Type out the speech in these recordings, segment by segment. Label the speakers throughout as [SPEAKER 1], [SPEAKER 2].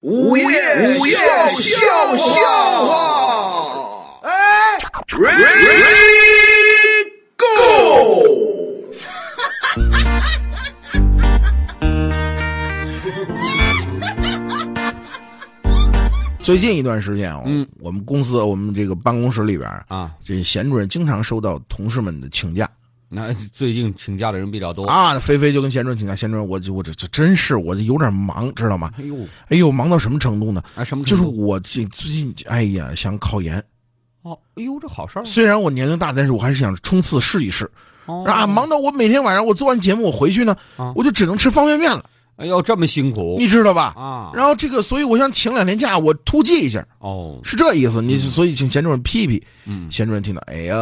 [SPEAKER 1] 午夜午夜笑笑话，哎，Ready Go！
[SPEAKER 2] 最近一段时间哦，
[SPEAKER 3] 嗯
[SPEAKER 2] 我们公司我们这个办公室里边，
[SPEAKER 3] 啊，
[SPEAKER 2] 这贤主任经常收到同事们的请假
[SPEAKER 3] 那 最近请假的人比较多。
[SPEAKER 2] 啊，菲菲就跟贤主任请假，贤主任我就我这这真是我这有点忙，知道吗？
[SPEAKER 3] 哎呦，
[SPEAKER 2] 哎呦，忙到什么程度呢？
[SPEAKER 3] 啊，什么
[SPEAKER 2] 就
[SPEAKER 3] 程
[SPEAKER 2] 是
[SPEAKER 3] 度
[SPEAKER 2] 我这最近哎呀想考研，
[SPEAKER 3] 哦，哎呦，这好事儿
[SPEAKER 2] 虽然我年龄大，但是我还是想冲刺试一试
[SPEAKER 3] 哦
[SPEAKER 2] 啊。忙到我每天晚上我做完节目我回去呢
[SPEAKER 3] 啊，
[SPEAKER 2] 我就只能吃方便面了，
[SPEAKER 3] 哎呦，这么辛苦
[SPEAKER 2] 你知道吧？
[SPEAKER 3] 啊！
[SPEAKER 2] 然后这个，所以我想请两天假，我突击一下，
[SPEAKER 3] 哦，
[SPEAKER 2] 是这意思。你所以请贤主任批批，
[SPEAKER 3] 嗯，
[SPEAKER 2] 贤主任听到，哎呀，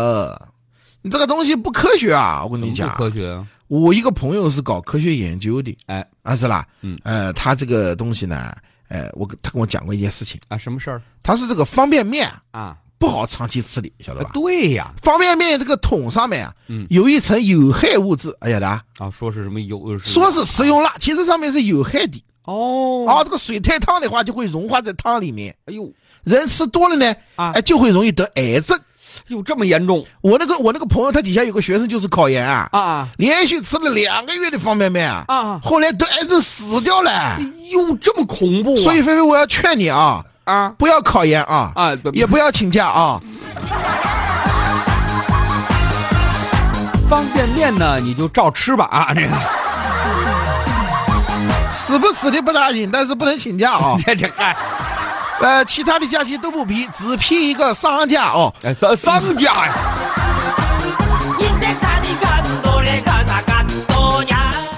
[SPEAKER 2] 你这个东西不科学啊！我跟你
[SPEAKER 3] 怎
[SPEAKER 2] 讲
[SPEAKER 3] 么，不科学啊
[SPEAKER 2] 我一个朋友是搞科学研究的，
[SPEAKER 3] 哎，
[SPEAKER 2] 啊是啦，
[SPEAKER 3] 嗯
[SPEAKER 2] 呃，他这个东西呢，呃，我跟他跟我讲过一件事情，
[SPEAKER 3] 啊，什么事儿
[SPEAKER 2] 他是这个方便面啊
[SPEAKER 3] 啊？
[SPEAKER 2] 不好长期吃的，晓得
[SPEAKER 3] 啊
[SPEAKER 2] 吧？
[SPEAKER 3] 对呀，
[SPEAKER 2] 方便面这个桶上面啊，
[SPEAKER 3] 嗯
[SPEAKER 2] 有一层有害物质，哎呀的啊，
[SPEAKER 3] 啊，说是什么油？
[SPEAKER 2] 说是食用辣，其实上面是有害的。
[SPEAKER 3] 哦
[SPEAKER 2] 啊，这个水太烫的话，就会融化在汤里面。
[SPEAKER 3] 哎呦，
[SPEAKER 2] 人吃多了呢，
[SPEAKER 3] 啊
[SPEAKER 2] 哎，就会容易得癌症。
[SPEAKER 3] 哎呦，这么严重
[SPEAKER 2] 我那个我那个朋友，他底下有个学生就是考研啊，
[SPEAKER 3] 啊
[SPEAKER 2] 连续吃了两个月的方便面啊，
[SPEAKER 3] 啊！
[SPEAKER 2] 后来得癌症死掉了
[SPEAKER 3] 哎。呦，这么恐怖啊！
[SPEAKER 2] 所以菲菲，我要劝你啊，
[SPEAKER 3] 啊
[SPEAKER 2] 不要考研啊，
[SPEAKER 3] 啊，不
[SPEAKER 2] 也不要请假啊。
[SPEAKER 3] 方便面呢，你就照吃吧啊！这个。
[SPEAKER 2] 死不死的不打紧，但是不能请假啊
[SPEAKER 3] 这这哎
[SPEAKER 2] 呃，其他的假期都不批，只批一个丧假哦。
[SPEAKER 3] 哎，三三家呀，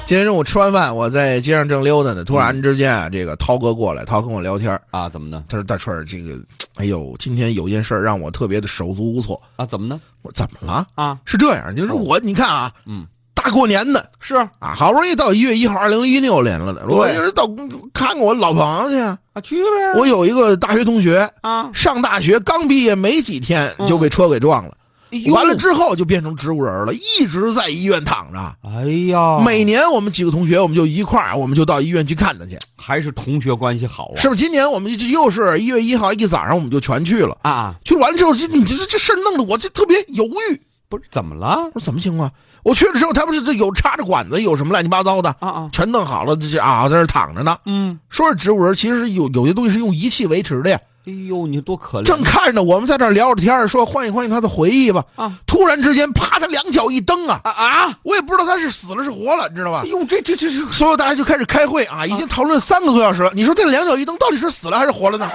[SPEAKER 2] 今天中午吃完饭，我在街上正溜达呢，突然之间啊，这个涛哥过来，涛跟我聊天儿，
[SPEAKER 3] 啊，怎么呢？
[SPEAKER 2] 他说：“大春儿，这个，哎呦，今天有件事儿让我特别的手足无措。
[SPEAKER 3] 啊，怎么呢？”
[SPEAKER 2] 我说：“怎么了？”
[SPEAKER 3] 啊，
[SPEAKER 2] 是这样，就是我，你看啊，
[SPEAKER 3] 嗯，
[SPEAKER 2] 大过年的
[SPEAKER 3] 是啊，
[SPEAKER 2] 啊，好不容易到一月一号，二零一六年了的，我就是到看看我老朋友去啊。
[SPEAKER 3] 去呗。
[SPEAKER 2] 我有一个大学同学，
[SPEAKER 3] 啊，
[SPEAKER 2] 上大学刚毕业没几天就被车给撞了，
[SPEAKER 3] 哎呦
[SPEAKER 2] 完了之后就变成植物人了，一直在医院躺着。
[SPEAKER 3] 哎呀，
[SPEAKER 2] 每年我们几个同学，我们就一块儿，我们就到医院去看他去，
[SPEAKER 3] 还是同学关系好啊。
[SPEAKER 2] 是不是？今年我们就又是一月一号一早上，我们就全去了。
[SPEAKER 3] 啊，
[SPEAKER 2] 去完了之后，这你这这事儿弄得我这特别犹豫。
[SPEAKER 3] 不是怎么了？
[SPEAKER 2] 我说怎么情况？我去了之后，他不是这有插着管子，有什么乱七八糟的，
[SPEAKER 3] 啊啊，
[SPEAKER 2] 全弄好了，这这啊在这儿躺着呢。
[SPEAKER 3] 嗯，
[SPEAKER 2] 说是植物人，其实有有些东西是用仪器维持的呀。
[SPEAKER 3] 哎呦，你多可怜。
[SPEAKER 2] 正看着我们在这儿聊着天儿，说唤醒唤醒他的回忆吧。
[SPEAKER 3] 啊
[SPEAKER 2] 突然之间，啪，他两脚一蹬啊，
[SPEAKER 3] 啊啊！
[SPEAKER 2] 我也不知道他是死了是活了，你知道吧
[SPEAKER 3] 哎？呦，这这这这，
[SPEAKER 2] 所有大家就开始开会啊，已经讨论三个多小时了。你说这两脚一蹬到底是死了还是活了呢？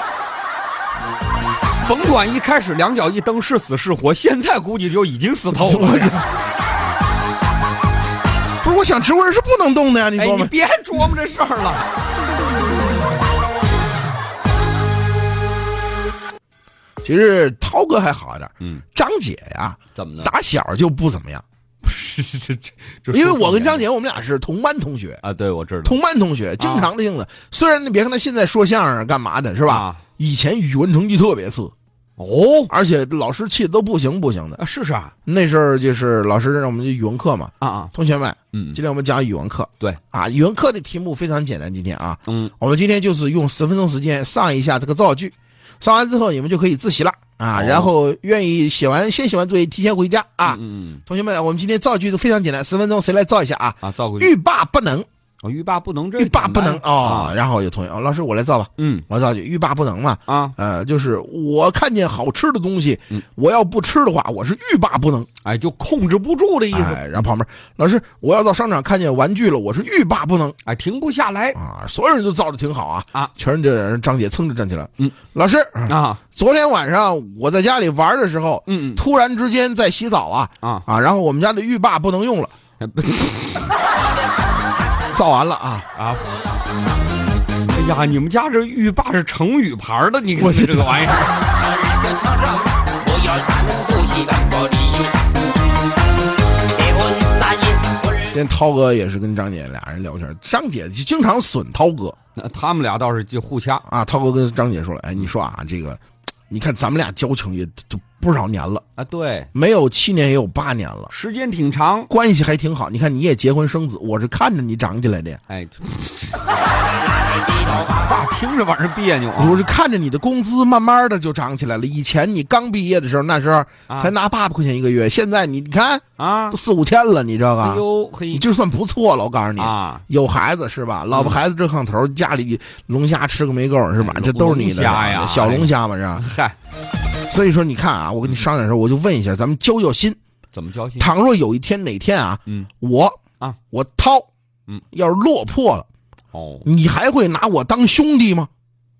[SPEAKER 3] 甭管一开始两脚一蹬是死是活，现在估计就已经死透
[SPEAKER 2] 我这
[SPEAKER 3] 了。
[SPEAKER 2] 不是，我想植物人是不能动的呀，你
[SPEAKER 3] 哎，
[SPEAKER 2] 说
[SPEAKER 3] 你
[SPEAKER 2] 吗？
[SPEAKER 3] 别琢磨这事儿了。
[SPEAKER 2] 其实涛哥还好一点，
[SPEAKER 3] 嗯，
[SPEAKER 2] 张姐呀，
[SPEAKER 3] 怎么呢？
[SPEAKER 2] 打小就不怎么样，
[SPEAKER 3] 不是 这这这，
[SPEAKER 2] 因为我跟张姐我们俩是同班同学，
[SPEAKER 3] 啊，对我知道，
[SPEAKER 2] 同班同学，经
[SPEAKER 3] 啊
[SPEAKER 2] 常的性子。虽然你别看他现在说相声啊干嘛的，是吧？
[SPEAKER 3] 啊
[SPEAKER 2] 以前语文成绩特别次，
[SPEAKER 3] 哦
[SPEAKER 2] 而且老师气得都不行不行的。
[SPEAKER 3] 啊，试试啊
[SPEAKER 2] 那时候就是老师让我们去语文课嘛，
[SPEAKER 3] 啊啊，
[SPEAKER 2] 同学们，
[SPEAKER 3] 嗯
[SPEAKER 2] 今天我们讲语文课。
[SPEAKER 3] 对
[SPEAKER 2] 啊，语文课的题目非常简单，今天啊，
[SPEAKER 3] 嗯，
[SPEAKER 2] 我们今天就是用十分钟时间上一下这个造句，上完之后你们就可以自习了啊。
[SPEAKER 3] 哦
[SPEAKER 2] 然后愿意写完先写完作业，提前回家啊。
[SPEAKER 3] 嗯嗯
[SPEAKER 2] 同学们，我们今天造句都非常简单，十分钟谁来造一下啊？
[SPEAKER 3] 啊，造过去，
[SPEAKER 2] 欲罢不能，
[SPEAKER 3] 哦欲罢不能，这
[SPEAKER 2] 欲罢不能
[SPEAKER 3] 简单啊
[SPEAKER 2] 哦。，然后有同学，哦，老师我来造吧，
[SPEAKER 3] 嗯
[SPEAKER 2] 我造句，欲罢不能嘛。
[SPEAKER 3] 啊，
[SPEAKER 2] 呃，就是我看见好吃的东西，
[SPEAKER 3] 嗯
[SPEAKER 2] 我要不吃的话，我是欲罢不能。
[SPEAKER 3] 哎，就控制不住的意思，
[SPEAKER 2] 哎，然后旁边老师，我要到商场看见玩具了，我是欲罢不能
[SPEAKER 3] 哎，停不下来
[SPEAKER 2] 啊！所有人都造的挺好啊
[SPEAKER 3] 啊！
[SPEAKER 2] 全是这人，张姐噌着站起来，
[SPEAKER 3] 嗯，
[SPEAKER 2] 老师，
[SPEAKER 3] 啊，
[SPEAKER 2] 昨天晚上我在家里玩的时候，
[SPEAKER 3] 嗯嗯
[SPEAKER 2] 突然之间在洗澡啊
[SPEAKER 3] 啊，
[SPEAKER 2] 啊，然后我们家的浴霸不能用了，
[SPEAKER 3] 哎不
[SPEAKER 2] 造完了啊！
[SPEAKER 3] 啊！哎呀，你们家这浴霸是成语牌儿的，你看
[SPEAKER 2] 我
[SPEAKER 3] 这个玩 意儿。
[SPEAKER 2] 今天涛哥也是跟张姐俩人聊天，张姐就经常损涛哥
[SPEAKER 3] 那他们俩倒是就互掐
[SPEAKER 2] 啊，涛哥跟张姐说了，哎，你说啊，这个，你看咱们俩交情也都不少年了，
[SPEAKER 3] 啊，对，
[SPEAKER 2] 没有七年也有八年了，
[SPEAKER 3] 时间挺长。
[SPEAKER 2] 关系还挺好。你看你也结婚生子，我是看着你长起来的呀，
[SPEAKER 3] 哎，爸听着反正别扭啊。
[SPEAKER 2] 我是看着你的工资慢慢的就涨起来了。以前你刚毕业的时候，那时候才拿八百块钱一个月，现在你看
[SPEAKER 3] 啊
[SPEAKER 2] 都，四五千了，你这
[SPEAKER 3] 哎
[SPEAKER 2] 个，
[SPEAKER 3] 呦
[SPEAKER 2] 你
[SPEAKER 3] 嘿，
[SPEAKER 2] 这算不错了。我告诉你，
[SPEAKER 3] 啊，嗯
[SPEAKER 2] 有孩子是吧？老婆孩子这炕头，家里龙虾吃个没够是吧
[SPEAKER 3] 哎？
[SPEAKER 2] 这都是你的
[SPEAKER 3] 龙虾呀
[SPEAKER 2] 小龙虾嘛是吧？
[SPEAKER 3] 嗨，
[SPEAKER 2] 所以说你看啊，我跟你商量的时候，我就问一下，咱们交交心。
[SPEAKER 3] 怎么交心？
[SPEAKER 2] 倘若有一天哪天啊，
[SPEAKER 3] 嗯，
[SPEAKER 2] 我
[SPEAKER 3] 啊，
[SPEAKER 2] 我掏，
[SPEAKER 3] 嗯，
[SPEAKER 2] 要是落魄了，
[SPEAKER 3] 哦，
[SPEAKER 2] 你还会拿我当兄弟吗？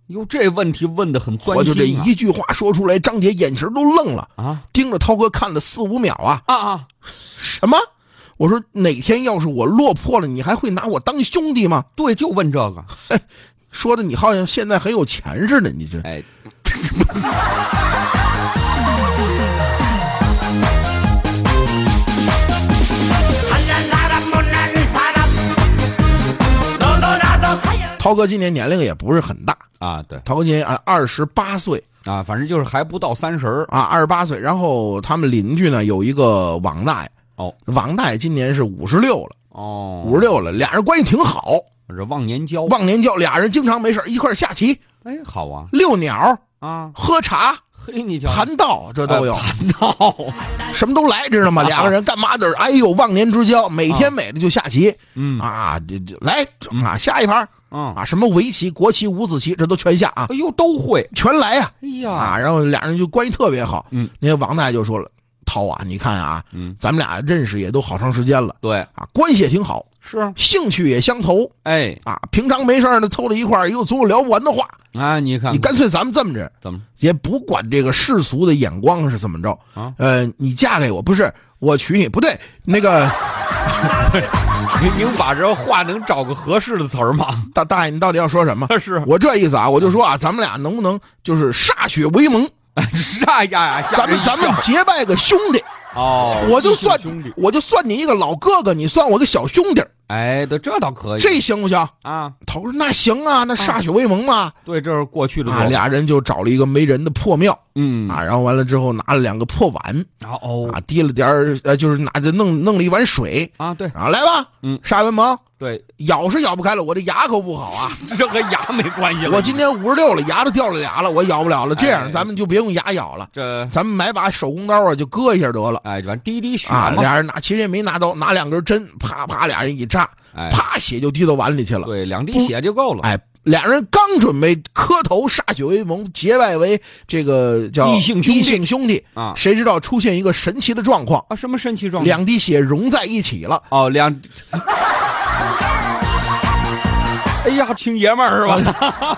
[SPEAKER 3] 哟，这问题问的很
[SPEAKER 2] 我
[SPEAKER 3] 钻
[SPEAKER 2] 就这
[SPEAKER 3] 心啊
[SPEAKER 2] 一句话说出来，张杰眼神都愣了，
[SPEAKER 3] 啊
[SPEAKER 2] 盯着涛哥看了四五秒啊。
[SPEAKER 3] 啊啊！
[SPEAKER 2] 什么？我说哪天要是我落魄了，你还会拿我当兄弟吗？
[SPEAKER 3] 对，就问这个。
[SPEAKER 2] 说的你好像现在很有钱似的，你这
[SPEAKER 3] 哎，
[SPEAKER 2] 涛哥今年年龄也不是很大，
[SPEAKER 3] 啊，对
[SPEAKER 2] 涛哥今年啊二十八岁
[SPEAKER 3] 啊，反正就是还不到三十儿
[SPEAKER 2] 啊，二十八岁。然后他们邻居呢有一个王大爷，
[SPEAKER 3] 哦，
[SPEAKER 2] 王大爷今年是五十六了，
[SPEAKER 3] 哦，
[SPEAKER 2] 五十六了，俩人关系挺好，
[SPEAKER 3] 这忘年交，
[SPEAKER 2] 忘年交，俩人经常没事儿一块儿下棋、
[SPEAKER 3] 哎，好啊
[SPEAKER 2] 遛鸟、
[SPEAKER 3] 啊，
[SPEAKER 2] 喝茶、
[SPEAKER 3] 嘿，你瞧，
[SPEAKER 2] 盘道，这都有，
[SPEAKER 3] 盘道，
[SPEAKER 2] 什么都来，知道
[SPEAKER 3] 啊
[SPEAKER 2] 吗？两个人干嘛的？哎呦，忘年之交，每天美的就下棋
[SPEAKER 3] 嗯
[SPEAKER 2] 啊，这这来啊，下一盘
[SPEAKER 3] 嗯，
[SPEAKER 2] 啊，什么围棋、国棋、五子棋，这都全下啊，
[SPEAKER 3] 哎呦，都会，
[SPEAKER 2] 全来呀
[SPEAKER 3] 哎
[SPEAKER 2] 啊，
[SPEAKER 3] 呀，
[SPEAKER 2] 然后俩人就关系特别好。
[SPEAKER 3] 嗯，
[SPEAKER 2] 那王大爷就说了，涛啊，你看啊，
[SPEAKER 3] 嗯，
[SPEAKER 2] 咱们俩认识也都好长时间了
[SPEAKER 3] 对，
[SPEAKER 2] 啊，关系也挺好，
[SPEAKER 3] 是，
[SPEAKER 2] 兴趣也相投。
[SPEAKER 3] 哎，
[SPEAKER 2] 啊，平常没事儿呢，凑到一块儿也有总有聊不完的话。
[SPEAKER 3] 啊，你看
[SPEAKER 2] 你干脆咱们这么着，
[SPEAKER 3] 怎么
[SPEAKER 2] 也不管这个世俗的眼光是怎么着
[SPEAKER 3] 啊
[SPEAKER 2] 呃，你嫁给我不是我娶你，不对，那个
[SPEAKER 3] 您您把这话能找个合适的词儿吗？
[SPEAKER 2] 大大爷，你到底要说什么？
[SPEAKER 3] 是，
[SPEAKER 2] 我这意思啊，我就说啊，咱们俩能不能就是歃血为盟，
[SPEAKER 3] 是啊呀呀，吓
[SPEAKER 2] 咱
[SPEAKER 3] 人
[SPEAKER 2] 们
[SPEAKER 3] 一
[SPEAKER 2] 咱们
[SPEAKER 3] 跳
[SPEAKER 2] 结拜个兄弟，
[SPEAKER 3] 哦，
[SPEAKER 2] 我就
[SPEAKER 3] 异性
[SPEAKER 2] 算
[SPEAKER 3] 兄弟，
[SPEAKER 2] 我就算你一个老哥哥，你算我个小兄弟儿，
[SPEAKER 3] 哎，对，这倒可以，
[SPEAKER 2] 这行不行？
[SPEAKER 3] 啊，
[SPEAKER 2] 头说那行啊，那歃血为盟嘛。
[SPEAKER 3] 对，这是过去的
[SPEAKER 2] 啊，
[SPEAKER 3] 做法，
[SPEAKER 2] 俩人就找了一个没人的破庙
[SPEAKER 3] 嗯，
[SPEAKER 2] 啊，然后完了之后拿了两个破碗，
[SPEAKER 3] 然后哦
[SPEAKER 2] 啊，滴了点儿，呃，就是拿着弄弄了一碗水，
[SPEAKER 3] 啊，对
[SPEAKER 2] 啊，来吧，
[SPEAKER 3] 嗯
[SPEAKER 2] 沙文萌，
[SPEAKER 3] 对，
[SPEAKER 2] 咬是咬不开了，我这牙口不好 啊，
[SPEAKER 3] 这和牙没关系了。
[SPEAKER 2] 我今天五十六了，牙都掉了俩了，我咬不了了，这样
[SPEAKER 3] 哎
[SPEAKER 2] 咱们就别用牙咬了，
[SPEAKER 3] 这
[SPEAKER 2] 咱们买把手工刀啊，就割一下得了。
[SPEAKER 3] 哎，反正滴滴血
[SPEAKER 2] 啊，
[SPEAKER 3] 嘛，
[SPEAKER 2] 俩人拿，其实也没拿刀，拿两根针，啪啪，俩人一扎，
[SPEAKER 3] 哎，
[SPEAKER 2] 啪，血就滴到碗里去了。
[SPEAKER 3] 对，两滴血就够了。
[SPEAKER 2] 哎，俩人刚准备磕头歃血为盟，结拜为这个叫
[SPEAKER 3] 异性兄弟
[SPEAKER 2] 异性兄弟，
[SPEAKER 3] 啊
[SPEAKER 2] 谁知道出现一个神奇的状况，
[SPEAKER 3] 啊，什么神奇状态？
[SPEAKER 2] 两滴血融在一起了。
[SPEAKER 3] 哦，两。哎呀，挺爷们儿是吧？